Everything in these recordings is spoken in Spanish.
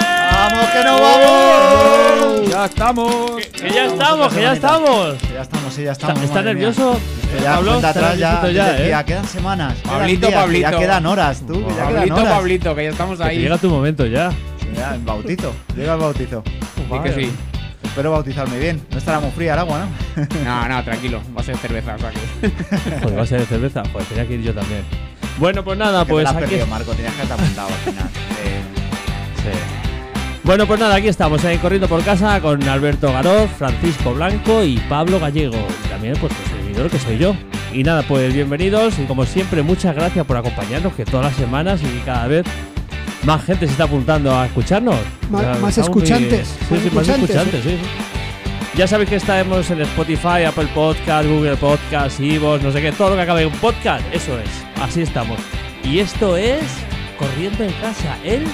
vamos, que nos vamos! Ya estamos. Que ya estamos, que ya estamos. Que Ya estamos, sí, ya ¿Está, estamos. está madre mía. nervioso? Que eh, Ya, Pablo? cuenta ¿Está atrás, ya, nerviosito yo decía, eh? quedan semanas. quedan Pablito, días, que Ya Pablito. quedan horas, tú. que ya Pablito, quedan horas. Pablito, que ya estamos Que te ahí. llega tu momento ya. Ya, el bautizo. Llega el bautizo. Pues Sí que sí. Espero bautizarme bien. No estará muy fría el agua, ¿no? No, no, tranquilo. Va a ser cerveza, o sea que. Joder, va a ser de cerveza. Joder, tenía que ir yo también. Bueno, pues nada, Que te pues la has aquí. perdido, Marco. Tenías que haberte apuntado al final. Eh, Sí. Bueno, pues nada, aquí estamos en Corriendo por Casa con Alberto Garoz, Francisco Blanco y Pablo Gallego. Y también, pues, el servidor que soy yo. Y nada, pues bienvenidos y como siempre, muchas gracias por acompañarnos, que todas las semanas y cada vez más gente se está apuntando a escucharnos. Ma- Ya estamos más muy- escuchantes, Sí, más sí, más escuchantes. ¿eh? escuchantes, sí, sí. Ya sabéis que estamos en Spotify, Apple Podcast, Google Podcast, Ivos, no sé qué, todo lo que acabe en podcast, eso es. Así estamos. Y esto es Corriendo en Casa, el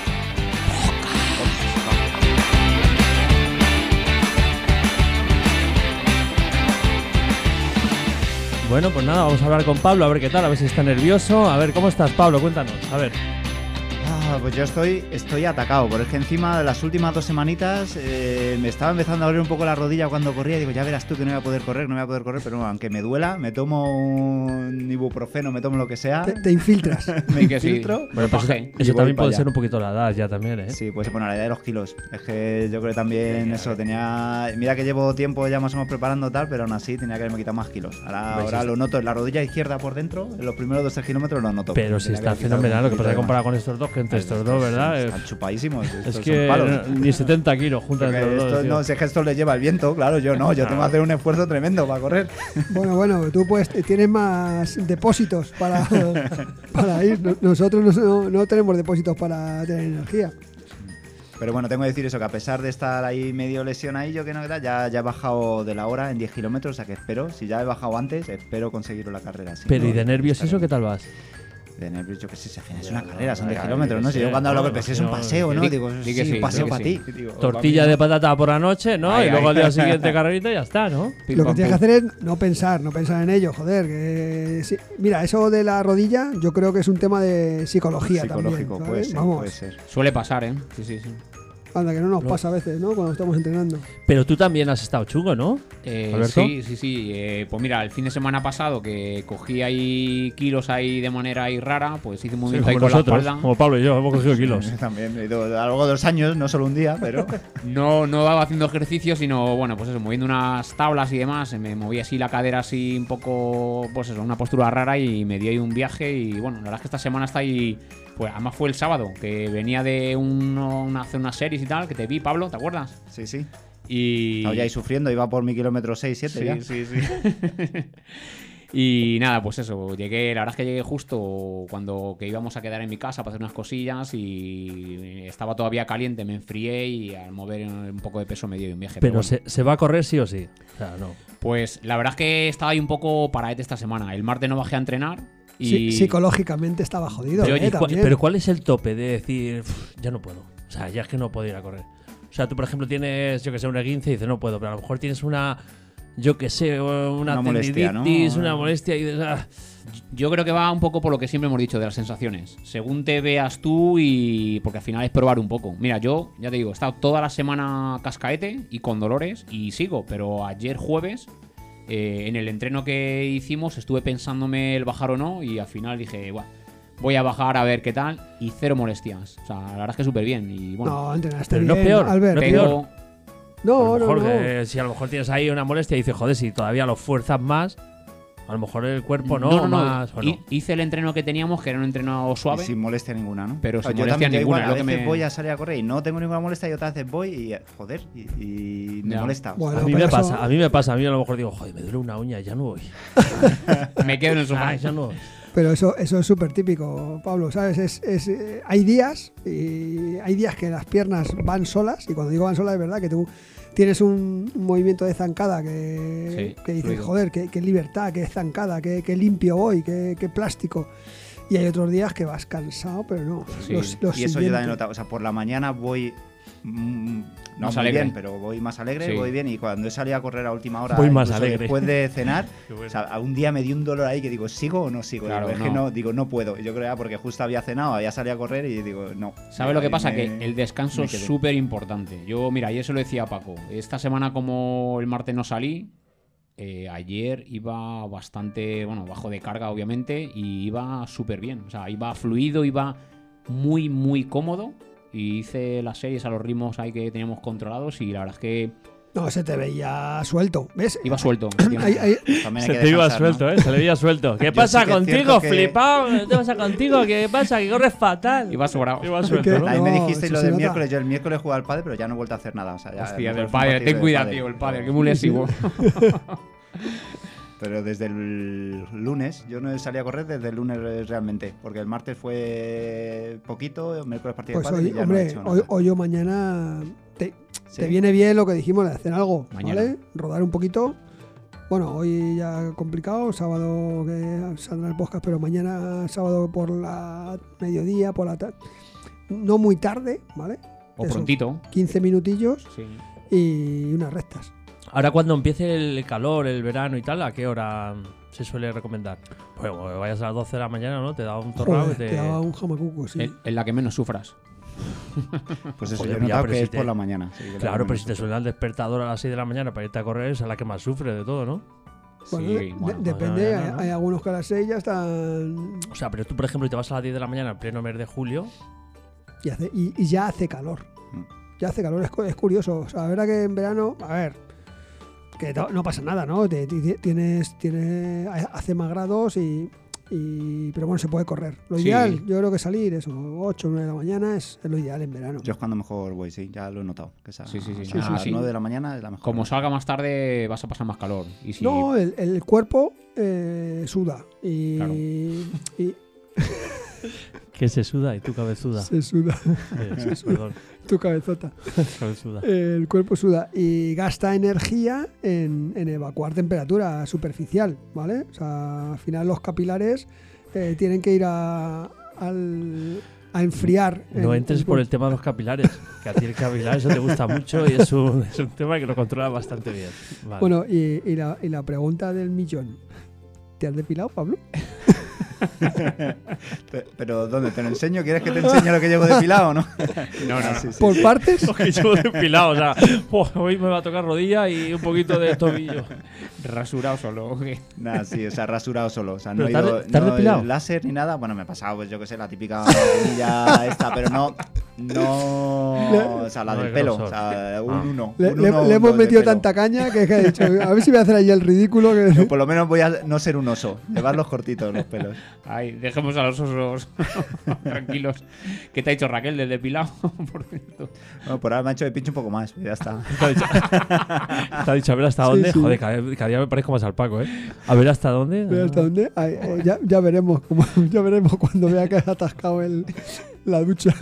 Bueno, pues nada, vamos a hablar con Pablo, a ver qué tal, a ver si está nervioso. A ver, ¿cómo estás, Pablo? Cuéntanos, a ver. Ah, pues yo estoy, estoy atacado, pero es que encima de las últimas dos semanitas eh, me estaba empezando a doler un poco la rodilla cuando corría. Digo, ya verás tú que no voy a poder correr, no voy a poder correr, pero bueno, aunque me duela, me tomo un ibuprofeno, me tomo lo que sea, Te, te infiltras. me Sí que sí. infiltro. Bueno, pues, eso, eh, y voy también para puede allá. ser un poquito la edad ya también, ¿eh? Sí, pues bueno, la idea de los kilos. Es que yo creo que también eso, tenía. Mira que llevo tiempo ya más o menos preparando tal, pero aún así tenía que haberme quitado más kilos. Ahora, Hombre, sí ahora está- lo noto en la rodilla izquierda por dentro, en los primeros 12 kilómetros lo noto. Pero si Tenía está haber quitado fenomenal, un lo que pasa es que poquito más. comparado con estos dos, que entre estos dos, Estos ¿verdad? Eh, Están chupadísimos. estos Es son que palos. no, ni 70 kilos juntan Porque entre los esto- dos. no, tío. si es que esto le lleva el viento, claro, yo no, yo tengo que hacer un esfuerzo tremendo para correr. Bueno, bueno, tú pues tienes más depósitos para, para ir. No- Nosotros no, no tenemos depósitos para tener energía. Pero bueno, tengo que decir eso, que a pesar de estar ahí medio lesionadillo, que no que tal, ya, ya he bajado de la hora en 10 kilómetros, o sea que espero, si ya he bajado antes, espero conseguirlo en la carrera. si Pero no, ¿y de nervios eso estaré- qué tal vas? De nervios, yo qué sé, si al final es Ya, una carrera, son ya, 10 ya, kilómetros, yo ¿no? qué Si yo sé, cuando hablo no, con es un imagino, paseo, ¿no? di- Digo, di sí, que sí, un paseo di que para sí. ti. Digo, Tortilla de patata por la noche, ¿no? Ay, y luego ay. al día siguiente carrerita y ya está, ¿no? Pim, Lo que pam, tienes que pum. hacer es no pensar, no pensar en ello, joder. que sí. Mira, eso de la rodilla yo creo que es un tema de psicología también. psicológico, ¿sabes? puede ser, ¿eh? Vamos, puede ser. Suele pasar, ¿eh? Sí, sí, sí. anda, que no nos No. pasa a veces, ¿no? Cuando estamos entrenando. Pero tú también has estado chungo, ¿no? Eh, ¿Alberto? sí, sí, sí. Eh, pues mira, el fin de semana pasado que cogí ahí kilos ahí de manera ahí rara, pues hice un movimiento ahí como con nosotros, la espalda. como Pablo y Pues yo, hemos cogido kilos. También, he ido a lo largo de los años, no solo un día, pero. No, no daba haciendo ejercicio, sino, bueno, pues eso, moviendo unas tablas y demás. eh, Me movía así la cadera así un poco, pues eso, una postura rara y me dio ahí un viaje. Y bueno, la verdad es que esta semana está ahí. Pues además fue el sábado, que venía de uno- una, hacer unas series y tal, que te vi, Pablo, ¿te acuerdas? Sí, sí. Y. Estaba ya ahí sufriendo, iba por mi kilómetro 6, 7 ya. Sí, sí, sí. y nada, pues eso, llegué, la verdad es que llegué justo cuando que íbamos a quedar en mi casa para hacer unas cosillas y estaba todavía caliente, me enfrié y al mover un poco de peso me dio un viaje. Pero bueno. se, se va a correr sí o sí. O sea, no. Pues la verdad es que estaba ahí un poco paraete esta semana. El martes no bajé a entrenar y Sí, psicológicamente estaba jodido. Pero, ¿eh? oye, ¿cuál- También. pero ¿cuál es el tope de decir, "Uf, ya no puedo? O sea, ya es que no puedo ir a correr. O sea, tú, por ejemplo, tienes, yo que sé, una 15 y dices, no puedo, pero a lo mejor tienes una, yo que sé, una, Una molestia, ¿no? tendinitis, una molestia y dices, "Ah". yo creo que va un poco por lo que siempre hemos dicho de las sensaciones. Según te veas tú y porque al final es probar un poco. Mira, yo ya te digo, he estado toda la semana cascaete y con dolores y sigo, pero ayer jueves eh, en el entreno que hicimos estuve pensándome el bajar o no y al final dije, "Buah, voy a bajar a ver qué tal y cero molestias. O sea, la verdad es que súper bien y bueno. No, entrenaste Pero no bien, es peor, Albert. no es pero- peor. a No, lo no, mejor, no. eh, si a lo mejor tienes ahí una molestia y dices, joder, si todavía lo fuerzas más, a lo mejor el Pues cuerpo no, más. o no. Hi- Hice el entreno que teníamos, que era un entreno Y suave. sin molestia ninguna, ¿no? Pero sin yo molestia también, yo ninguna, igual, lo a que veces me- voy a salir a correr y no tengo ninguna molestia y otras veces voy y joder, y, y me Ya. molesta. O sea, Bueno, a mí pero me eso- pasa, a mí me pasa, a mí a lo mejor digo, joder, me duele una uña, ya no voy. Me quedo en el sofá. Ah, ya no voy. Pero eso, eso es súper típico, Pablo, ¿sabes? Es, es, eh, hay días y hay días que las piernas van solas, y cuando digo van solas es verdad que tú tienes un un movimiento de zancada que, Sí, que dices, fluido. joder, qué, qué libertad, qué zancada, qué, qué limpio voy, qué, qué plástico. Y hay otros días que vas cansado, pero no. Sí, los- los y eso yo siguientes. también lo notaba. O sea, por la mañana voy mm, no Más muy alegre. bien, pero voy más alegre, Sí. voy bien. Y cuando he salido a correr a última hora, Voy más incluso alegre. después de cenar, Qué bueno. o sea, a un día me dio un dolor ahí que digo, ¿sigo o no sigo? Claro, digo, es no. que no, digo, no puedo. Y Yo creo que era porque justo había cenado, había salido a correr y digo, no. ¿Sabes lo que Ahí pasa? me- Que el descanso me es quedé. súper importante. Yo, mira, ayer se lo decía a Paco. Esta semana, como el martes no salí, eh, ayer iba bastante, bueno, bajo de carga, obviamente, y iba súper bien. O sea, iba fluido, iba muy, muy cómodo. Y hice las series a los ritmos ahí que teníamos controlados y la verdad es que No, se te veía suelto. ¿Ves? iba suelto. Ahí- ahí- También hay Se que te iba descansar, ¿no? suelto, ¿eh? Se le iba suelto. ¿Qué Yo pasa sí que es contigo, cierto que- flipado? ¿Qué te pasa contigo? ¿Qué pasa? Que corres fatal. Iba sobrado. Iba suelto, Que- ¿no? Ahí me No, dijiste eso lo se del nota. miércoles. Yo el miércoles jugaba al padre, pero ya no he vuelto a hacer nada. O sea, ya Hostia, del no fue un padre, partido ten de cuidado, pádel, tío, el pero- padre, que muy lesivo. Pero desde el lunes, yo no salí a correr desde el lunes realmente, porque el martes fue poquito, el miércoles partido pues de pádel hoy, y ya no he hombre, hecho hoy, nada. hoy o mañana te, Sí. te viene bien lo que dijimos de hacer algo, Mañana. ¿vale? Rodar un poquito. Bueno, hoy ya complicado, sábado que saldrá el podcast, pero mañana sábado por la mediodía, por la tarde. No muy tarde, ¿vale? O Eso, prontito. 15 minutillos Sí. y unas rectas. Ahora cuando empiece el calor, el verano y tal, ¿a qué hora se suele recomendar? Pues como vayas a las 12 de la mañana, ¿no? Te da un torrado y Joder, te... te daba un jamacuco, sí. En, en la que menos sufras. Pues eso, Joder, yo he mira, notado pero que si es te- por la mañana. sí, que la Claro, verdad pero me si te suena el despertador a las 6 de la mañana para irte a correr, esa es la que más sufre de todo, ¿no? Bueno, Sí, de- bueno, de- depende, mañana, hay, ¿no? hay algunos que a las 6 ya están. O sea, pero tú, por ejemplo, te vas a las 10 de la mañana en pleno mes de julio. Y, hace- y- y ya hace calor. Mm. Ya hace calor, es, cu- es curioso. O sea, la verdad que en verano, a ver, que no, no pasa nada, ¿no? Te- ti- tienes, tienes, hace más grados y, y- Pero bueno, se puede correr. Lo Sí. ideal, yo creo que salir, eso, 8 o 9 de la mañana es, es lo ideal en verano. Yo es cuando mejor voy, sí, ya lo he notado. Que es a, Sí, sí, sí. a Sí, las sí, sí. 9 de la mañana es la mejor. Como salga más tarde, vas a pasar más calor. Y si No, el, el cuerpo eh, suda y, Claro. y- Que se suda y tú cabezuda. se suda Eh, Perdón, tu cabezota. cabezuda. El cuerpo suda y gasta energía en, en evacuar temperatura superficial, ¿vale? O sea, al final los capilares eh, tienen que ir a, al- a enfriar. No el- entres el por el cuerpo. tema de los capilares, que a ti el capilar eso te gusta mucho y es un, es un tema que lo controla bastante bien. Vale. Bueno, y, y la, y la pregunta del millón. ¿Te has depilado, Pablo? Pe- Pero ¿dónde? ¿Te lo enseño? ¿Quieres que te enseñe lo que llevo depilado o no? no, no. Sí, sí. ¿Por partes? que llevo depilado, o sea, ¡buah! hoy me va a tocar rodilla y un poquito de tobillo. rasurado solo. que- Nada, sí, o sea, rasurado solo. O sea, no Pero he ¿te has- ido te has no he depilado? ido láser ni nada. Bueno, me he pasado, pues yo que sé, la típica maquinilla esta, pero no. No. O sea, la No, del el pelo. grosor. O sea, Ah. un 1. Le, le- le hemos metido tanta caña que, que he dicho, a ver si voy a hacer ahí el ridículo. Que... Por lo menos voy a no ser un oso. Llevar los cortitos los pelos. Ay, dejemos a los osos tranquilos. ¿Qué te ha dicho Raquel del depilado? Por cierto. Bueno, por ahora me ha hecho de pincho un poco más. pues, Ya está. Te ha dicho, te ha dicho, a ver hasta Sí, dónde. sí. Joder, cada, cada día me parezco más al Paco, ¿eh? A ver hasta dónde. Ve hasta dónde? Ay, eh, ya, ya veremos, cómo- ya veremos cuando vea que has atascado el, la ducha.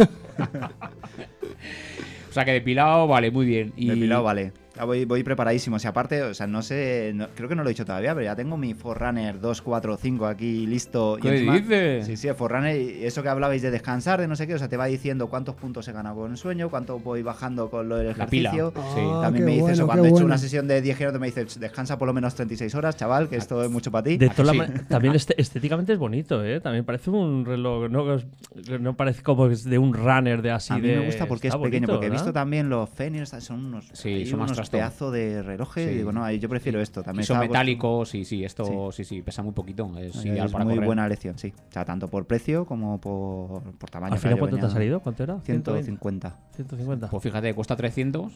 O sea que depilado, vale, muy bien. Y Depilado, vale. Ya voy, voy preparadísimo. O sea, aparte, o sea, no sé. no- creo que no lo he dicho todavía, pero ya tengo mi Forerunner 245 aquí listo. ¿Qué dices? Sí, sí, el Forerunner. y Eso que hablabais de descansar, de no sé qué. O sea, te va diciendo cuántos puntos he ganado con el sueño, cuánto voy bajando con lo del La pila. ejercicio. Sí. Ah, También qué me dice bueno, eso. qué Cuando he hecho bueno. una sesión de 10 kilómetros, me dice descansa por lo menos 36 horas, chaval, que esto es mucho para ti. De todas sí? las maneras- también este- estéticamente es bonito, ¿eh? También parece un reloj, no, Que os- que no parece como que es de un runner de así a mí de- me gusta porque es está pequeño, bonito, porque he ¿verdad? visto también los Feniers, son unos, Sí, hay son más unos trasto. pedazos de relojes. Sí. Y digo, no, ahí yo prefiero esto. y También son estaba acostum- metálicos, sí, sí, esto sí, sí, pesa muy poquito. Es Es ideal Pues para muy correr. buena elección, sí. O sea, tanto por precio como por, por tamaño. Al final, Claro, yo ¿cuánto te venía ha salido? ¿Cuánto era? 120, 150. 150. Pues fíjate, cuesta 300,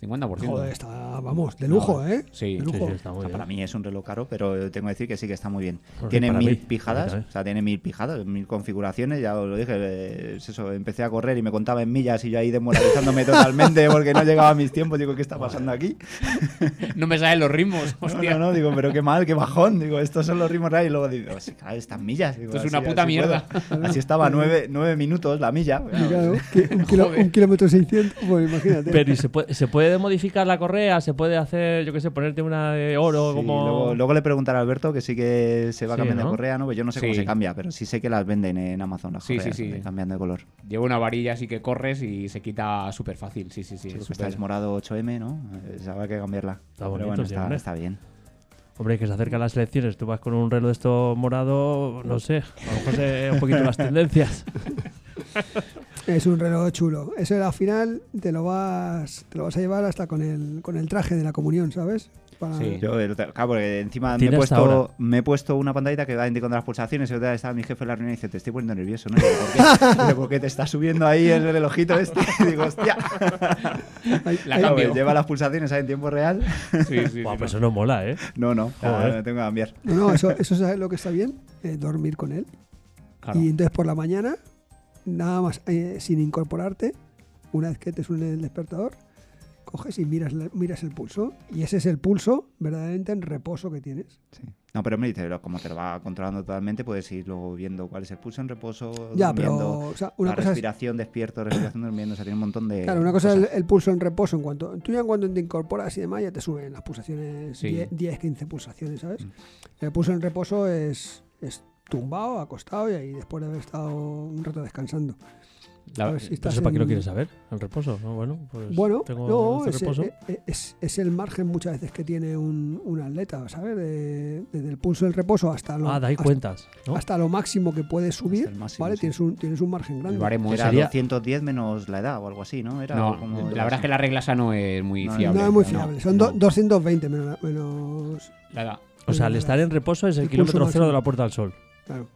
50%. Joder, está, vamos, de lujo, ¿eh? Sí, de sí, lujo. Sí, sí, está muy O sea, bien. para mí es un reloj caro, pero tengo que decir que sí que está muy bien. Pues tiene sí, para mil mí, para mí pijadas, también. o sea, tiene mil pijadas, mil configuraciones, ya os lo dije. eh, Es eso, empecé a correr y me contaba en millas y yo ahí demoralizándome totalmente porque no llegaba a mis tiempos. Digo, ¿qué está pasando aquí? No me salen los ritmos, No, hostia. no, no, digo, pero qué mal, qué bajón. Digo, estos son los ritmos reales. Y luego digo, sí, claro, estas millas. digo, Esto es así- una puta así mierda. puedo. Así estaba nueve, nueve minutos la milla. Y claro, que un, kilo- Joder. un kilómetro 600, pues imagínate. Pero ¿y se puede, se puede puede modificar la correa, se puede hacer, yo qué sé, ponerte una de oro Sí, como... luego, luego le preguntaré a Alberto que sí que se va Sí, cambiando ¿no? de correa, ¿no? Pues yo no sé cómo Sí. se cambia, pero sí sé que las venden en Amazon las Sí, sí, correas, sí. de- cambiando de color. Lleva una varilla así que corres y se quita súper fácil. Sí, sí, sí. Sí, es porque está súper- desmorado 8M, ¿no? Eh, Se habrá que cambiarla. pero bonito, bueno, sí, está, hombre. está bien. Hombre, que se acercan las elecciones, tú vas con un reloj de esto morado, no sé, a lo mejor sé un poquito las tendencias. Es un reloj chulo. Eso al final te lo vas, te lo vas a llevar hasta con el, con el traje de la comunión, ¿sabes? Para- Sí. Yo, el otro- claro, porque encima me he, Tiene hasta puesto, ahora. me he puesto una pantallita que va indicando las pulsaciones. Y otra vez estaba mi jefe en la reunión y dice: Te estoy poniendo nervioso, ¿no? Y digo, ¿Por qué? Dice, porque te está subiendo ahí el relojito este. Y digo, hostia. Hay- La hay- Claro, cambio. Lleva las pulsaciones ahí en tiempo real. Sí, sí, sí, Buah, no. pero pues, eso no mola, ¿eh? No, no. Joder. ahora me tengo que cambiar. No, no, eso, eso es lo que está bien, eh, dormir con él. Claro. Y entonces por la mañana, nada más eh, sin incorporarte, una vez que te suene el despertador, coges y miras, la- miras el pulso. Y ese es el pulso verdaderamente en reposo que tienes. Sí. No, pero me dice, pero como te lo va controlando totalmente, puedes ir luego viendo cuál es el pulso en reposo, Ya, pero durmiendo, o sea, una la cosa es, respiración, despierto, respiración, durmiendo, o sea, tiene un montón de... Eh, Claro, una cosa es cosas. el, el pulso en reposo. En cuanto tú ya en cuanto te incorporas y demás, ya te suben las pulsaciones, Sí. 10, 10, 15 pulsaciones, ¿sabes? Mm. El pulso en reposo es, es tumbado, acostado y ahí después de haber estado un rato descansando. La- A ver si No estás sé para qué lo en- quieres saber, el reposo, ¿no? Bueno, pues Bueno, tengo no, este es, eh, reposo. es- es- es el margen muchas veces que tiene un, un atleta, ¿sabes? De- desde el pulso del reposo hasta lo, ah, dais hasta, cuentas, ¿no? hasta lo máximo que puedes subir, el máximo, ¿vale? sí. Tienes, un, tienes un margen el grande. baremo Era sería- 210 menos la edad o algo así, ¿no? Era No, como- la verdad es que la regla esa no es muy No, fiable. no es muy no, fiable, son no. do- 220 menos- menos La edad. O sea, al estar en reposo es el, El pulso kilómetro máximo. cero de la Puerta al Sol. Claro.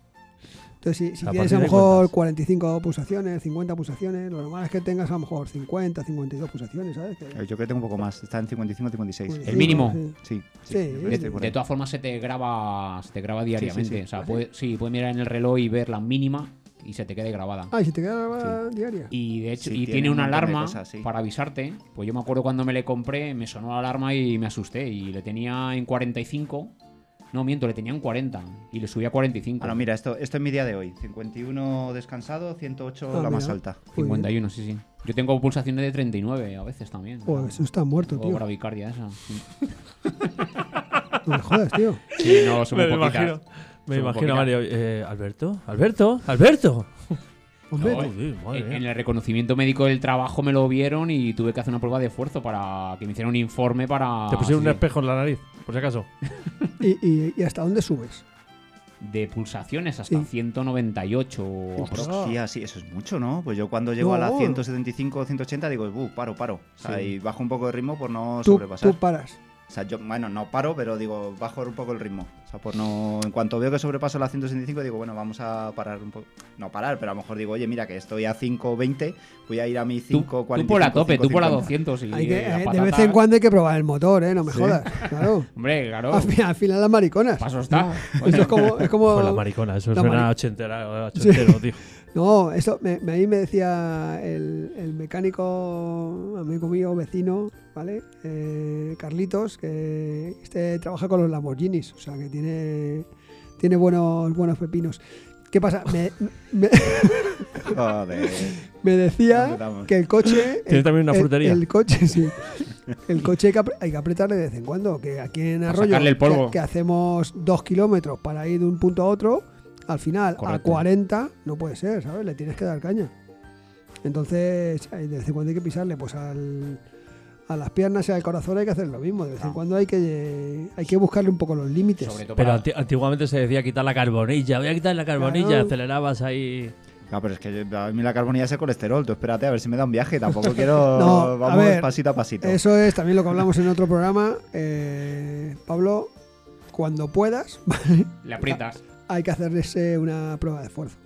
Entonces, si, si A tienes partir a lo de mejor cuentas. 45 pulsaciones, 50 pulsaciones, lo normal es que tengas a lo mejor 50, 52 pulsaciones, ¿sabes? Que- Eh, Yo creo que tengo un poco más, está en 55, 56. Pues Sí, El mínimo. sí. Sí, Sí, me parece De, por de ahí. todas formas se te graba, se te graba diariamente. sí. O sea, puede, sí, puedes mirar en el reloj y ver la mínima y se te quede grabada. Ah, y si te queda la diaria. Y de hecho, Sí, y tiene tiene, un una montón de alarma cosas, sí. para avisarte. Pues yo me acuerdo cuando me le compré, me sonó la alarma y me asusté. Y le tenía en 45. No, miento, le tenía en 40. Y le subí a 45. Ah, no, mira, esto, esto es mi día de hoy. 51 descansado, 108 Ah, la más mira. alta. Muy bien. 51, sí, sí. Yo tengo pulsaciones de 39 a veces también. Joder, eso pues, está muerto, o tío. bravicardia esa. No me jodas, tío. Sí, no, son muy me poquitas. imagino, me Son imagino poquitas. Mario. eh, Alberto, Alberto, Alberto. Hombre, Ay, Dios, madre En mía. en el reconocimiento médico del trabajo me lo vieron y tuve que hacer una prueba de esfuerzo para que me hicieran un informe para. Te pusieron Ah, sí, un espejo en la nariz, por si acaso. ¿y, y, y hasta dónde subes? De pulsaciones hasta Sí. 198 o aprox. Hostia, sí, eso es mucho, ¿no? Pues yo cuando llego a la No. 175 o 180 digo, "Buh, paro, paro. O sea, Sí. y bajo un poco de ritmo por no Tú, sobrepasar. tú paras. O sea, yo, bueno, no paro, pero digo, bajo un poco el ritmo. O sea, por no. En cuanto veo que sobrepaso la 165, digo, bueno, vamos a parar un poco. No parar, pero a lo mejor digo, oye, mira, que estoy a 5.20, voy a ir a mi Tú, 5.45. tú por la tope, tú por la 5.50. 200. Y Hay que- eh, la eh, de patata- vez en cuando Ah, hay que probar el motor, ¿eh? No me jodas. Claro. Hombre, claro. Al, fin- al final las mariconas. Paso está. Eso es como... Es como Con la maricona, eso Pues, la suena mari- ochentera, ochentero, tío. No, eso me, me- a mí me decía el, el mecánico, amigo mío, vecino, ¿vale? Eh, Carlitos, que este trabaja con los Lamborghinis, o sea que tiene, tiene buenos, buenos pepinos. ¿Qué pasa? Me, me- Joder. me ¿Dónde decía estamos? que el coche. Tiene el- también una el- frutería. El, coche, sí. El coche hay que, apre- hay que apretarle de vez en cuando. Que aquí en Para Arroyo. sacarle el polvo. Que, que hacemos dos kilómetros para ir de un punto a otro. Al final, Correcto. a 40, no puede ser, ¿sabes? Le tienes que dar caña. Entonces, hay- de vez en cuando hay que pisarle, pues al. A las piernas y al corazón hay que hacer lo mismo. De vez en Ah. cuando hay que, eh, hay que buscarle un poco los límites. Sobre todo Pero para- anti- antiguamente se decía quitar la carbonilla. Voy a quitar la carbonilla. Claro. Acelerabas ahí. No, pero es que yo- a mí la carbonilla es el colesterol. Tú espérate a ver si me da un viaje. Tampoco quiero. No, a vamos ver, pasito a pasito. Eso es también lo que hablamos en otro programa. Eh, Pablo, cuando puedas, Le aprietas. hay que hacerse una prueba de esfuerzo.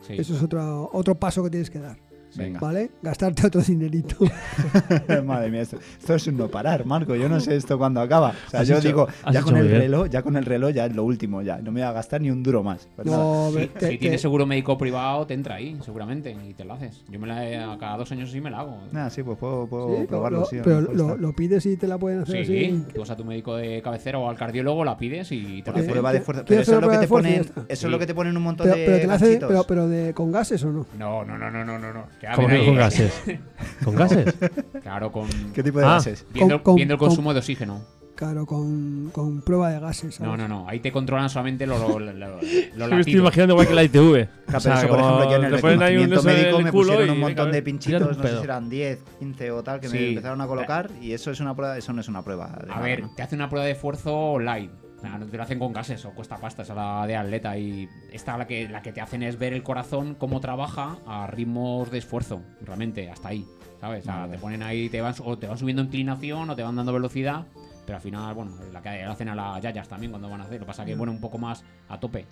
Sí. Eso es otro, otro paso que tienes que dar, Venga. ¿vale? Gastarte otro dinerito. Pues Madre mía, esto, esto es un no parar, Marco. Yo no sé esto cuándo acaba. O sea, Has yo hecho- digo, has ya hecho con muy el bien. reloj, ya con el reloj, ya es lo último, ya. No me voy a gastar ni un duro más. Pues nada. No, Si, ve- te- si tienes te- seguro médico privado, te entra ahí, seguramente, y te lo haces. Yo me la he- a cada dos años sí me la hago. Ah, Nada, sí, pues puedo, puedo sí, probarlo. lo- sí, a lo pero mejor lo, está. lo pides y te la pueden hacer Sí, así. tú vas a tu médico de cabecera o al cardiólogo, la pides y te la Porque Eh, hace. prueba de ¿qué- fuerza. Pero quieres eso es lo que hacer te prueba de ponen, fuerza? eso es lo que te ponen un montón Pero, de pero te la hacen, ganchitos. pero, pero de, con gases o no. No, no, no, no, no, no, no. Que ahora ¿Cómo viene que ahí, con eh, gases? ¿Con gases? Claro, con. ¿Qué tipo de Ah. gases? Viendo, Con- viendo el con- consumo de oxígeno. Claro, con, con prueba de gases. ¿sabes? No, no, no. Ahí te controlan solamente los lo, lo- lo- los me estoy latidos. imaginando igual que la ITV. Ah, pero eso, por ejemplo, yo en el te ponen ahí un reconocimiento eso en médico el me culo pusieron y un montón de venga, tírate pinchitos, un no sé pedo. si eran 10, 15 o tal, que me Sí. empezaron a colocar y eso es una prueba, eso no es una prueba. de A nada, ver, ¿no? te hace una prueba de esfuerzo online. O sea, no te lo hacen con gases o cuesta pasta, esa la de atleta. Y esta la que, la que te hacen es ver el corazón cómo trabaja a ritmos de esfuerzo, realmente, hasta ahí. ¿Sabes? O sea, Vale. te ponen ahí, te van, su- o te van subiendo inclinación o te van dando velocidad. Pero al final, bueno, la que la hacen a las yayas también cuando van a hacer. Lo que pasa que, bueno, un poco más a tope.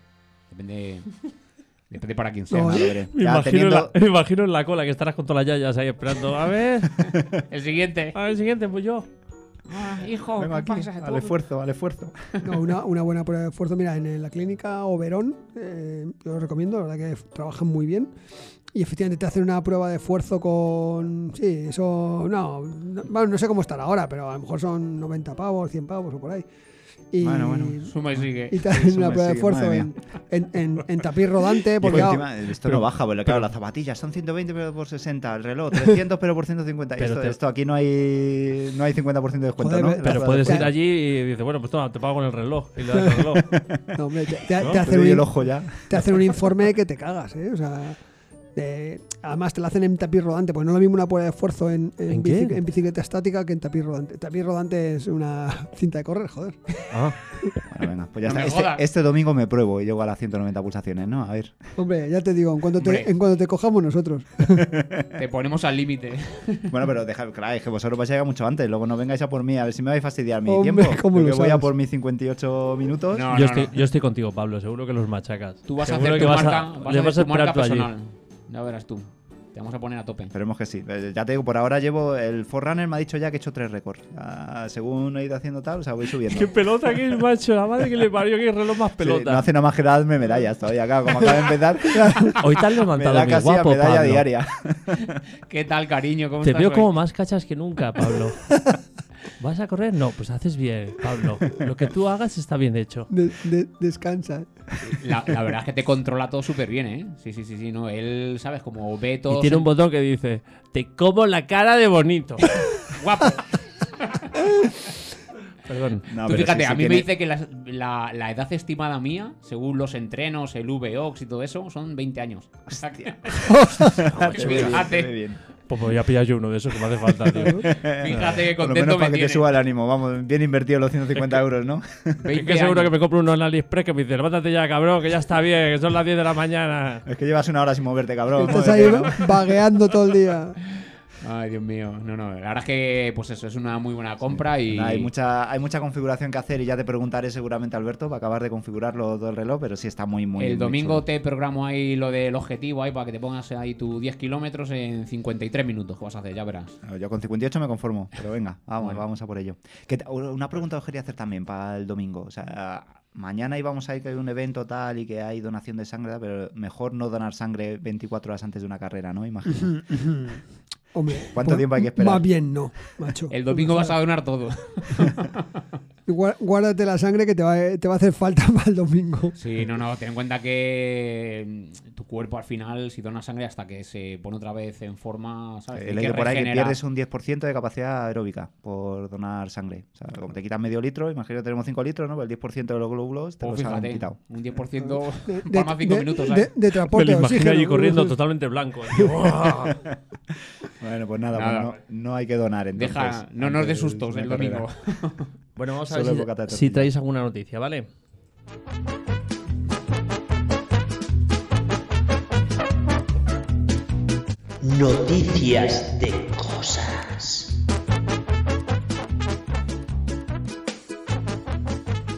Depende. depende para quién sea. No, Ah, ¿no? lo veré. Me Ya, imagino, teniendo- la, me imagino en la cola que estarás con todas las yayas ahí esperando. A ver, El siguiente. a ver, siguiente, pues yo. Ah, hijo, Vengo ¿qué aquí, pasa? al Tú- esfuerzo, al esfuerzo. No, una, una buena prueba de esfuerzo. Mira, en la clínica Oberón, eh, yo lo recomiendo, la verdad que trabajan muy bien. Y efectivamente te hacen una prueba de esfuerzo con. Sí, eso. No, no, bueno, no sé cómo estará ahora, pero a lo mejor son 90 pavos, 100 pavos o por ahí. Y, Bueno, bueno. Suma y sigue. Y te hacen Eso una me prueba de sigue, esfuerzo madre en, en, en- en tapiz rodante, porque. Porque ah, encima, esto pero- no baja, porque claro, las zapatillas son 120 pero por 60, el reloj 300 pero por 150. Pero esto, te- esto aquí no hay no hay 50% de descuento, Joder, ¿no? pero- Pero La prueba puedes de ir Claro. allí y dices, bueno, pues toma, te pago con el reloj. Y le das el reloj. no, hombre, te, No, te- te esfuerzo. Te hacen doy el un- ojo ya. te hacen un informe que te cagas, ¿eh? O sea, de- además te lo hacen en tapiz rodante, pues no es lo mismo una prueba de esfuerzo en, en ¿En qué? bici- en bicicleta estática que en tapiz rodante. Tapiz rodante es una cinta de correr, joder. Ah, Bueno, venga, pues ya No me está. jodas. Este, este domingo me pruebo y llego a las 190 pulsaciones, ¿no? A ver. Hombre, ya te digo, en cuanto Hombre. te, en cuanto te cojamos nosotros. Te ponemos al límite. Bueno, pero deja, claro, es que vosotros vais a llegar mucho antes. Luego no vengáis a por mí, a ver si me vais a fastidiar mi Hombre, tiempo. ¿cómo Yo lo que voy a sabes? por mis 58 minutos. No, yo, no, estoy, no. yo estoy contigo, Pablo. Seguro que los machacas. Tú vas Seguro a hacer que tu vas marca, a- vas a le hacer vas a tu marca esperar tú allí. personal. Ya verás tú. Te vamos a poner a tope. Esperemos que sí. Eh, Ya te digo, por ahora llevo. El Forerunner me ha dicho ya que he hecho tres récords. Ah, según he ido haciendo tal, o sea, voy subiendo. Qué pelota que es, macho. La madre que le parió, que reloj más Sí, pelota. no hace nada más que darme medallas todavía, claro. Como acaba de empezar, Hoy te han me levantado da mi casi a guapo, medalla Pablo. diaria. ¿Qué tal, cariño? ¿Cómo Te estás veo hoy? como más cachas que nunca, Pablo. ¿Vas a correr? No, pues haces bien, Pablo. Lo que tú hagas está bien hecho. De- de- descansa. La, la verdad es que te controla todo súper bien, ¿eh? Sí, sí, sí, sí. No, él, ¿sabes? Como ve todo. Y tiene un botón que dice, te como la cara de bonito. Guapo. Perdón. No, Tú pero fíjate, sí, sí a mí me tiene- dice que la, la- la edad estimada mía, según los entrenos, el VOX y todo eso, son 20 años. O sea que- Se ve bien, se ve fíjate, bien. Pues me voy a pillar yo uno de esos que me hace falta, tío. fíjate que Por lo menos contento me para que te tiene. suba el ánimo. Vamos, bien invertido los 150 euros, ¿no? 20 que seguro que años. me compro uno en AliExpress que me dice, levántate ya, cabrón, que ya está bien, que son las 10 de la mañana. Es que llevas una hora sin moverte, cabrón. Estás Joder, ahí ¿no? vagueando todo el día. Ay, Dios mío. No, no. La verdad es que, pues eso, es una muy buena compra y. Hay mucha, hay mucha configuración que hacer y ya te preguntaré seguramente, Alberto, para acabar de configurarlo todo el reloj, pero sí está muy, muy el muy domingo chulo. te programo ahí lo del objetivo ahí para que te pongas ahí tus 10 kilómetros en 53 minutos que vas a hacer, ya verás. Bueno, Yo con 58 me conformo, pero venga, vamos, Bueno. vamos a por ello. Que ta- una pregunta os quería hacer también para el domingo. O sea, mañana íbamos a ir que hay un evento tal y que hay donación de sangre, pero mejor no donar sangre 24 horas antes de una carrera, ¿no? Imagino. Hombre, ¿Cuánto pues, tiempo hay que esperar? Más bien no, macho. El domingo vas a donar todo. Gua- Guárdate la sangre que te va, a- te va a hacer falta para el domingo. Sí, no, no, ten en cuenta que mm, tu cuerpo al final, si donas sangre hasta que se pone otra vez en forma, ¿sabes? He Tiene leído por ahí que regenerar. pierdes un 10% de capacidad aeróbica por donar sangre. O sea, como te quitan medio litro, imagino que tenemos 5 litros, ¿no? Pues el 10% de los glóbulos te Pues los han fíjate, quitado. un 10% De, de- palma 5 de- minutos, ¿eh? de, ¿sabes? de Me transporte lo de imagino oxígeno. allí corriendo totalmente blanco. tío. ¡Buah! Bueno, pues nada, Nada. pues no, no hay que donar entonces. Deja, no nos dé antes sustos una el carrera. domingo. Bueno, vamos a Solo ver bocata de si- si, tortilla. traéis alguna noticia, ¿vale? Noticias de cosas.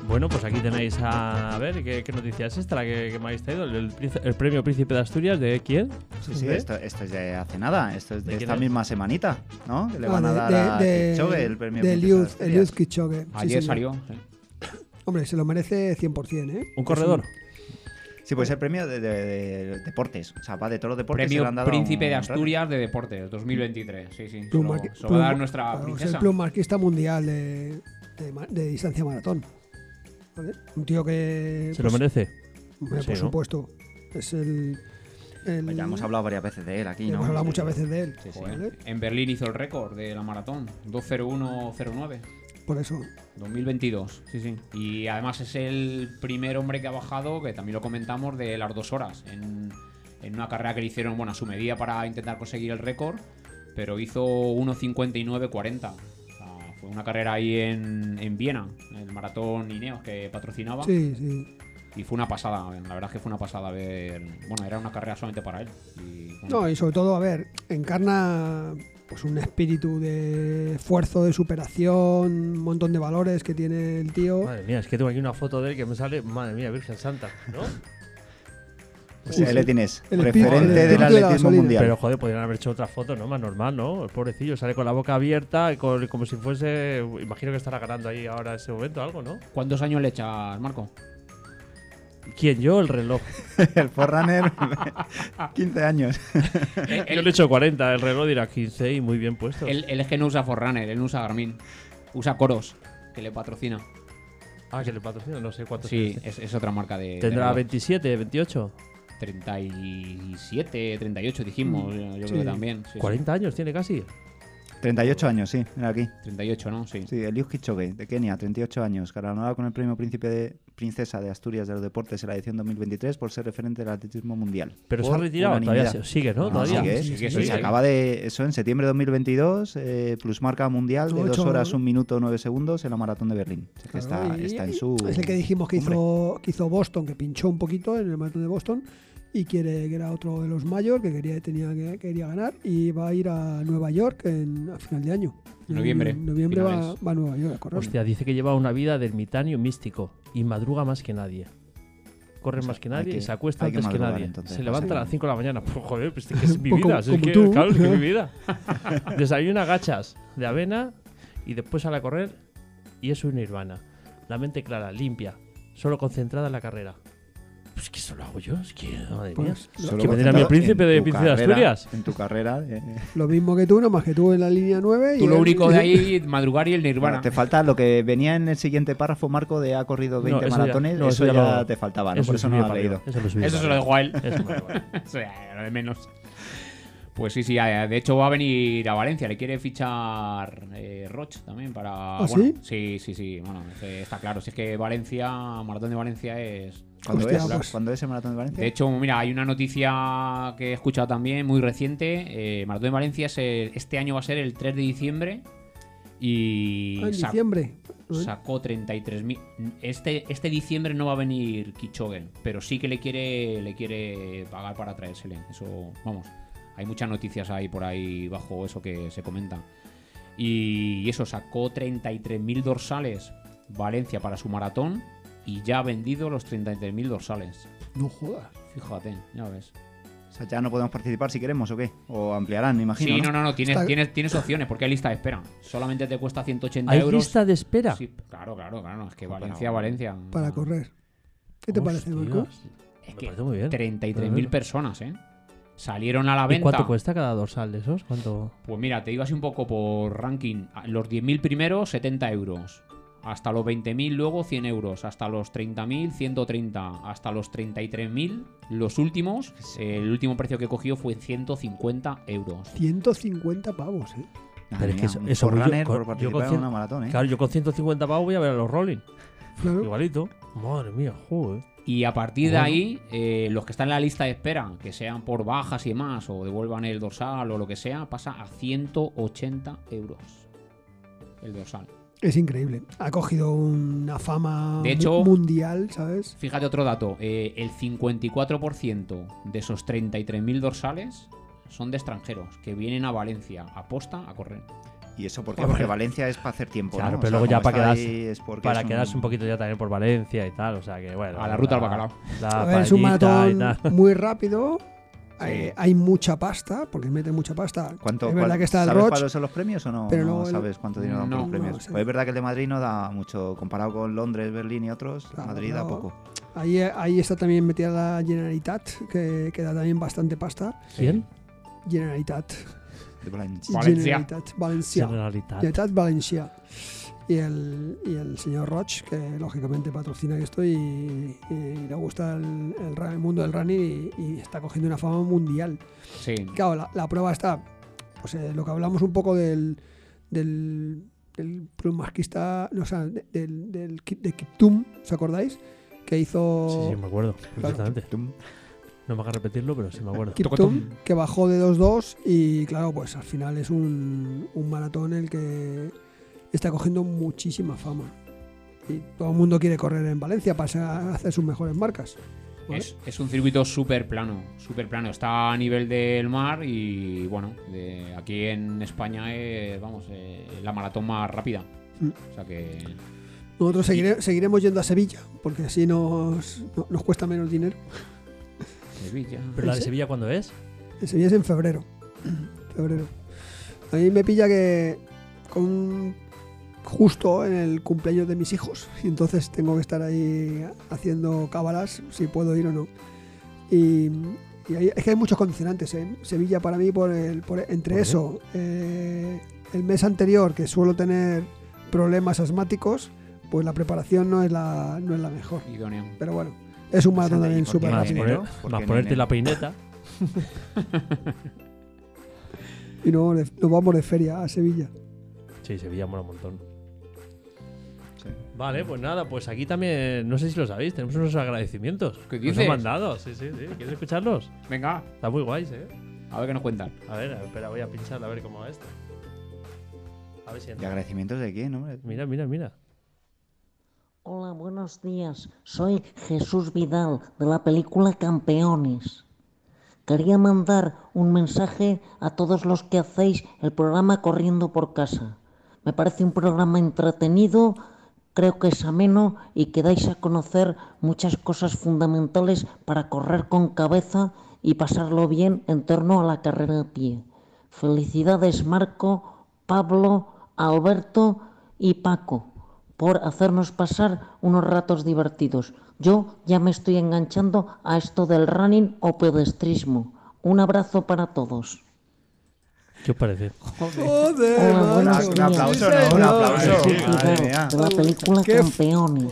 Bueno, pues aquí tenéis a, a ver qué, qué noticia es esta la que, que me habéis traído. El, el príncipe- el premio Príncipe de Asturias de quién? Sí, sí, ¿Eh? esto, esto es de hace nada, esto es ¿De de quién esta es? misma semanita, ¿no? Que le Ah, van a de- dar a de- de- Kipchoge el premio. Del Princesa de Youth, el Asturias. Youth Kipchoge. Sí, Ayer señor. salió. sí. Hombre, se lo merece 100%, ¿eh? Un corredor. Sí, pues el premio de, de- de deportes, o sea, va de todos los deportes. se le Premio han dado a Príncipe un de runner. Asturias de Deportes 2023. Sí, sí. se Plum lo- marqui- se lo va a dar plum- nuestra claro, es princesa. el plum marquista mundial de, de ma- de distancia maratón. ¿Vale? Un tío que. Se pues, lo merece. hombre, Sí, por ¿no? supuesto. Es el. el- Pues ya hemos hablado varias veces de él aquí, ¿no? hemos hablado muchas veces de él. Sí, sí. ¿vale? Joder, En Berlín hizo el récord de la maratón, 2.01.09, Por eso, 2022. Sí, sí. Y además es el primer hombre que ha bajado, que también lo comentamos, de las dos horas. En, en una carrera que le hicieron, bueno, a su medida para intentar conseguir el récord, pero hizo 1.59.40. O sea, Fue una carrera ahí en, en Viena, el maratón Ineos que patrocinaba. sí, sí. Y fue una pasada, la verdad es que fue una pasada ver. Bueno, era una carrera solamente para él. Y, bueno, No, y sobre todo, a ver, encarna pues un espíritu de esfuerzo, de superación, un montón de valores que tiene el tío. Madre mía, es que tengo aquí una foto de él que me sale. Madre mía, Virgen Santa, ¿no? O sea, Sí, él le sí. tienes El espíritu- el referente del espíritu de la atletismo gasolina. mundial. Pero joder, podrían haber hecho otra foto, ¿no? Más normal, ¿no? El pobrecillo sale con la boca abierta, y con- como si fuese. Imagino que estará ganando ahí ahora en ese momento algo, ¿no? ¿Cuántos años le echas, Marco? ¿Quién? Yo, el reloj. el Forerunner, 15 años. Yo le echo 40, el reloj dirá 15 y muy bien puesto. Él, él es que no usa Forerunner, él no usa Garmin. Usa Coros, que le patrocina. Ah, que le patrocina, no sé cuántos. Sí, eh, años tiene. es, es otra marca de. Tendrá de reloj. 27, 28. 37, 38, dijimos. Yo creo que sí. también. sí, sí. 40 años tiene casi. 38 años, sí, mira aquí. 38, ¿no? Sí. Sí, Eliud Kipchoge, de Kenia, 38 años, galardonado con el premio Príncipe de Princesa de Asturias de los Deportes en la edición 2023 por ser referente del atletismo mundial. Pero se Por ha retirado, todavía unanimidad. se- sigue, ¿no? No, todavía. sigue, Sí, sigue, sí, sigue. sí. Se acaba de eso en septiembre de 2022, eh, plus marca mundial de 2 Ocho. horas, 1 minuto, 9 segundos en la maratón de Berlín. Así que Claro, está, y- está en su. Es el que dijimos que cumbre. hizo, que hizo Boston, que pinchó un poquito en el maratón de Boston y quiere que era otro de los mayores que quería, tenía, que quería ganar y va a ir a Nueva York en, a final de año. En Noviembre, noviembre va, finales. va a Nueva York a correr. Hostia, dice que lleva una vida de ermitaño místico y madruga más que nadie. Corre O sea, más que hay nadie que- y se acuesta hay que antes que madrugar, nadie. entonces, se levanta a básicamente. las 5 de la mañana. Pues, joder, pues es que es mi Pues como- vida. es como que, tú. claro, es que es mi vida. Desayuna gachas de avena y después sale a correr y es un nirvana. La mente clara, limpia, solo concentrada en la carrera. Pues que eso lo hago yo, es que madre mía. Pues, Solo que me dirán, concentrado el príncipe en de tu Príncipe de carrera- Asturias. En tu carrera. eh, eh. Lo mismo que tú, nomás que tú en la línea 9. Tú lo único de ahí, madrugar y el Nirvana. Bueno, te falta lo que venía en el siguiente párrafo, Marco, de ha corrido 20 No, eso ya- maratones. no, eso, eso ya, ya lo- te faltaba, ¿no? por lo eso subí no lo para has arriba, leído. Eso lo subí Eso se lo para dejo a él. arriba. Eso me da igual. O sea, lo de menos. Pues sí, sí, eh, de hecho va a venir a Valencia, le quiere fichar eh, Roche también para... ¿Ah, bueno, sí? Sí, sí, bueno, es que está claro, si es que Valencia, Maratón de Valencia es... ¿Cuándo Hostia, es? pues- ¿Cuándo es el maratón de Valencia? De hecho, mira, hay una noticia que he escuchado también muy reciente, eh, Maratón de Valencia es el- este año va a ser el 3 de diciembre y... Ah, en sa- diciembre. ¿eh? ¿no? Sacó 33.000. Este, este diciembre no va a venir Kichogen, pero sí que le quiere, le quiere pagar para traérsele. Eso, vamos, hay muchas noticias ahí por ahí bajo eso que se comenta. Y, y eso, sacó 33.000 dorsales Valencia para su maratón y ya ha vendido los 33.000 dorsales. No jodas. Fíjate, ya ves. O sea, ya no podemos participar si queremos o qué. O ampliarán, me imagino. Sí, no, no, no, tienes, Está- tienes, tienes opciones porque hay lista de espera. Solamente te cuesta 180 ¿Hay euros. lista de espera? Sí, claro, claro, claro. no, Es que Ojo, para- Valencia, Valencia. Para no. correr. ¿Qué te parece, Marco? Hostias, Me Es que parece muy bien. 33.000 personas, ¿eh? Salieron a la ¿Y venta. cuánto cuesta cada dorsal de esos? ¿Cuánto? Pues mira, te digo así un poco por ranking. A- Los 10.000 primeros, 70 euros. Hasta los 20.000 luego, 100 euros. Hasta los 30.000, 130. Hasta los 33.000, los últimos. eh, El último precio que cogió fue 150 euros. 150 pavos, ¿eh? Pero Madre es que mía, eso- un eso voy yo forerunner con- por yo participar con en cien- una maratón, ¿eh? Claro, yo con 150 pavos voy a ver a los Rolling. Claro. Igualito. Madre mía, eh. joder. Y a partir de Bueno. ahí, eh, los que están en la lista de espera, que sean por bajas y demás, o devuelvan el dorsal o lo que sea, pasa a 180 euros el dorsal. Es increíble. Ha cogido una fama De mu- hecho- mundial, ¿sabes? Fíjate otro dato, eh, el 54% de esos 33.000 dorsales son de extranjeros que vienen a Valencia a posta a correr. ¿Y eso por qué? Bueno, Porque Valencia es para hacer tiempo. Claro, ¿no? O pero sea, luego ya como para está quedarse- ahí es porque Para es quedarse un poquito ya también por Valencia y tal. O sea que bueno. A la ruta al bacalao. la A ver, es un paellita y maratón tal. muy rápido. Hay, hay mucha pasta, porque mete mucha pasta. ¿Cuánto, es verdad cuál- que está el ¿Sabes Roche. cuáles son los premios o no? pero no luego el- sabes cuánto dinero dan por No, los premios. no sé. Pues es verdad que el de Madrid no da mucho. Comparado con Londres, Berlín y otros, Claro, Madrid da no. poco. Ahí, ahí está también metida la Generalitat, que, que da también bastante pasta. ¿Quién? Generalitat. De Blanch. Valencia. Generalitat Valencia. Generalitat. Generalitat Valencia. y el, y el señor Roch, que lógicamente patrocina esto y, y le gusta el, el ra- el mundo del running y, y está cogiendo una fama mundial. Sí. Claro, la, la prueba está, pues eh, lo que hablamos un poco del, del, del plumasquista, no, o sea, de- del, del Kip- de Kiptum, ¿os acordáis? Que hizo... Sí, sí, me acuerdo. Perfectamente. Tum. No me hagas repetirlo, pero sí me acuerdo. Kiptum, que bajó de 2-2 y claro, pues al final es un, un maratón el que está cogiendo muchísima fama. Y todo el mundo quiere correr en Valencia para sa- hacer sus mejores marcas. ¿vale? Es, es un circuito súper plano, súper plano. Está a nivel del mar y bueno, de- aquí en España es, vamos, eh, la maratón más rápida. Mm. O sea que... Nosotros seguire- seguiremos yendo a Sevilla, porque así nos, no- nos cuesta menos dinero. Sevilla. ¿Pero la de Sevilla cuándo es? En Sevilla es en febrero. febrero. A mí me pilla que con justo en el cumpleaños de mis hijos. Y entonces tengo que estar ahí haciendo cábalas si puedo ir o no. Y, y hay- es que hay muchos condicionantes en Sevilla para mí por, el- por- entre ¿Por qué? eso, eh, el mes anterior que suelo tener problemas asmáticos, pues la preparación no es la, no es la mejor. Idóneo. Pero bueno, es un maratón Santa, Pues ¿y por también qué súper no Más, en poner- rápido. enero? ¿Por más qué en ponerte enero? la peineta. Y nos vamos de- nos vamos de feria a Sevilla. Sí, Sevilla mola un montón. Sí. Vale, pues nada, pues aquí también, no sé si lo sabéis, tenemos unos agradecimientos. ¿Qué Nos dices? han mandado, sí, sí, sí. ¿Quieres escucharlos? Venga, Está muy guays, eh. a ver qué nos cuentan. A ver, espera, voy a pinchar a ver cómo va esto. A ver si ¿Y entra. agradecimientos de quién, hombre? Mira, mira, mira. Hola, buenos días. Soy Jesús Vidal de la película Campeones. Quería mandar un mensaje a todos los que hacéis el programa Corriendo por Casa. Me parece un programa entretenido, creo que es ameno y que dais a conocer muchas cosas fundamentales para correr con cabeza y pasarlo bien en torno a la carrera a pie. Felicidades Marco, Pablo, Alberto y Paco por hacernos pasar unos ratos divertidos. Yo ya me estoy enganchando a esto del running o pedestrismo. Un abrazo para todos. ¿Qué os parece? Joder, Hola, macho. buenas Un aplauso, Sí, ¿no? Un señor. aplauso. Jesús Madre Vidal, mía. de la película Qué f- Campeones.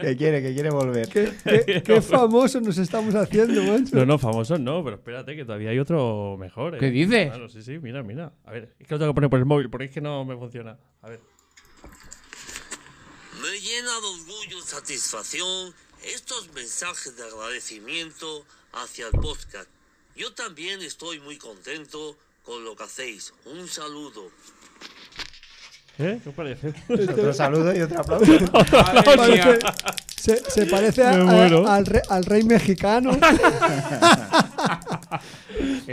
que quiere, que quiere volver. Qué, qué- qué famosos nos estamos haciendo, macho. No, no, famosos no, pero espérate, que todavía hay otro mejor, eh. ¿Qué dices? Claro, sí, sí, mira, mira. A ver, es que lo tengo que poner por el móvil, porque es que no me funciona. A ver. Me llena de orgullo y satisfacción estos mensajes de agradecimiento hacia el podcast. Yo también estoy muy contento con lo que hacéis. Un saludo. ¿Eh? ¿Qué os parece? Otro saludo y otro aplauso. Parece- se, se parece a- Me a- muero. al, re- al rey mexicano. Estamos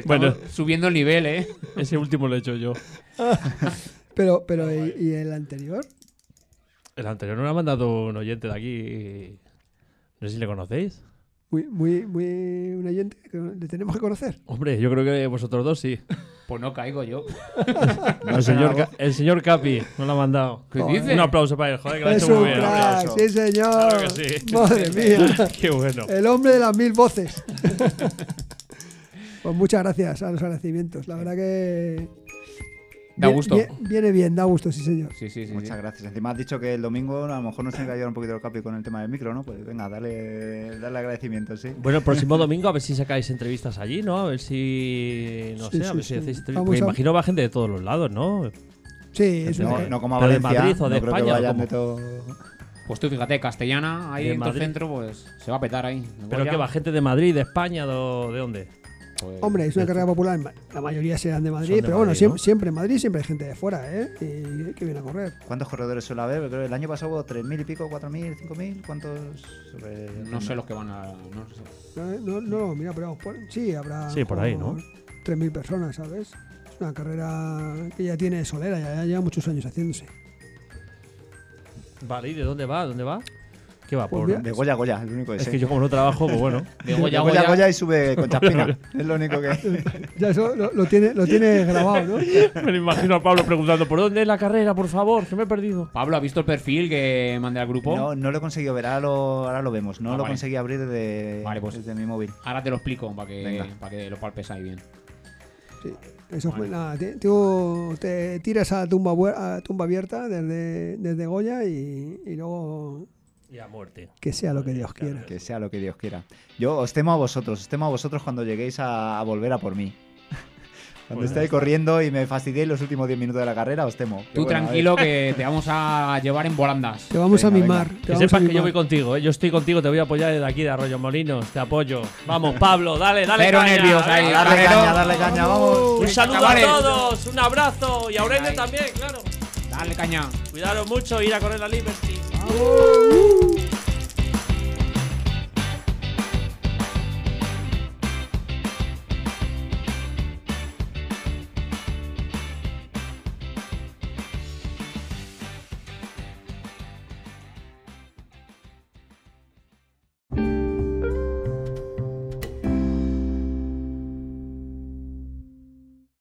Bueno. subiendo el nivel, ¿eh? Ese último lo he hecho yo. Pero, pero ¿y, y el anterior? El anterior nos lo ha mandado un oyente de aquí. No sé si le conocéis. Muy, muy, muy un oyente que le tenemos que conocer. Hombre, yo creo que vosotros dos sí. Pues no caigo yo. El señor, Ca- el señor Capi nos lo ha mandado. ¿Qué dices? Un aplauso para él, joder, que lo ha Es hecho muy un bien. un crack, aplauso. sí señor. Claro que sí. Madre mía. Qué bueno. El hombre de las mil voces. Pues muchas gracias a los agradecimientos. La verdad que. Da Vie- gusto. vie- Viene bien, da gusto, sí, señor. Sí, sí, sí. sí. Muchas gracias. Encima has dicho que el domingo a lo mejor nos tiene que ayudar un poquito el capi con el tema del micro, ¿no? Pues venga, dale, dale agradecimiento, sí. Bueno, el próximo domingo a ver si sacáis entrevistas allí, ¿no? A ver si. No Sí, sé, a sí, ver si sí. hacéis entrevistas. Vamos Porque a- imagino va gente de todos los lados, ¿no? Sí, es No, una- no como a Pero de Valencia, Madrid o de no creo España, que vayan ¿cómo? de todo... Pues tú fíjate, Castellana, ahí De en todo el Madrid. centro, pues se va a petar ahí. Pero que va gente de Madrid, de España, do- ¿de dónde? Pues, Hombre, es una carrera popular. en Ma- La mayoría serán de Madrid, Son de pero bueno, Madrid, ¿no? siem- siempre en Madrid siempre hay gente de fuera, ¿eh? Y que viene a correr. ¿Cuántos corredores suele haber? Creo que el año pasado hubo 3.000 y pico, 4.000, 5.000. ¿Cuántos? Sobre- No sé los que van a. No sé. No, no, no, mira, pero por, sí, habrá. Sí, por ahí, ¿no? 3.000 personas, ¿sabes? Es una carrera que ya tiene solera, ya, ya lleva muchos años haciéndose. Vale, ¿y de dónde va? ¿Dónde va? ¿Qué va? Pues Por... mira. De Goya a Goya, el único que Es sé. que yo como no trabajo, pues bueno. De De Goya, Goya a Goya. Goya y sube con Chaspina. es lo único que... Ya eso lo, lo tiene, lo tiene grabado, ¿no? Me lo imagino a Pablo preguntando, ¿por dónde es la carrera, por favor? Que me he perdido. Pablo, ¿ha visto el perfil que mandé al grupo? No, no lo he conseguido ver, ahora lo, ahora lo vemos. No Ah, lo vale. conseguí abrir desde, Vale, pues- desde mi móvil. Ahora te lo explico para que, Venga. para que lo palpes ahí bien. Sí, eso fue nada. Te, tú te tiras a tumba, abue- a tumba abierta desde, desde Goya y, y luego Y a muerte. que sea lo que Dios quiera. Que sea lo que Dios quiera. Yo os temo a vosotros, os temo a vosotros cuando lleguéis a, a volver a por mí. Cuando Bueno, estéis corriendo y me fastidiéis los últimos 10 minutos de la carrera, os temo. Pero Tú bueno, a ver. tranquilo que te vamos a llevar en volandas. Te vamos a Venga, mimar. te Que vamos a sepas que yo mimar. voy contigo, ¿eh? yo estoy contigo, te voy a apoyar desde aquí de Arroyo Molinos, te apoyo. Vamos, Pablo, dale, dale. Cero caña, nervios ahí, venga. Darle Carrero. caña, darle caña, vamos. Un saludo chavales. a todos, un abrazo y a Aurelio ahí. también, claro. Dale caña. Cuidaros mucho, ir a correr la Liberty. ¡Vamos!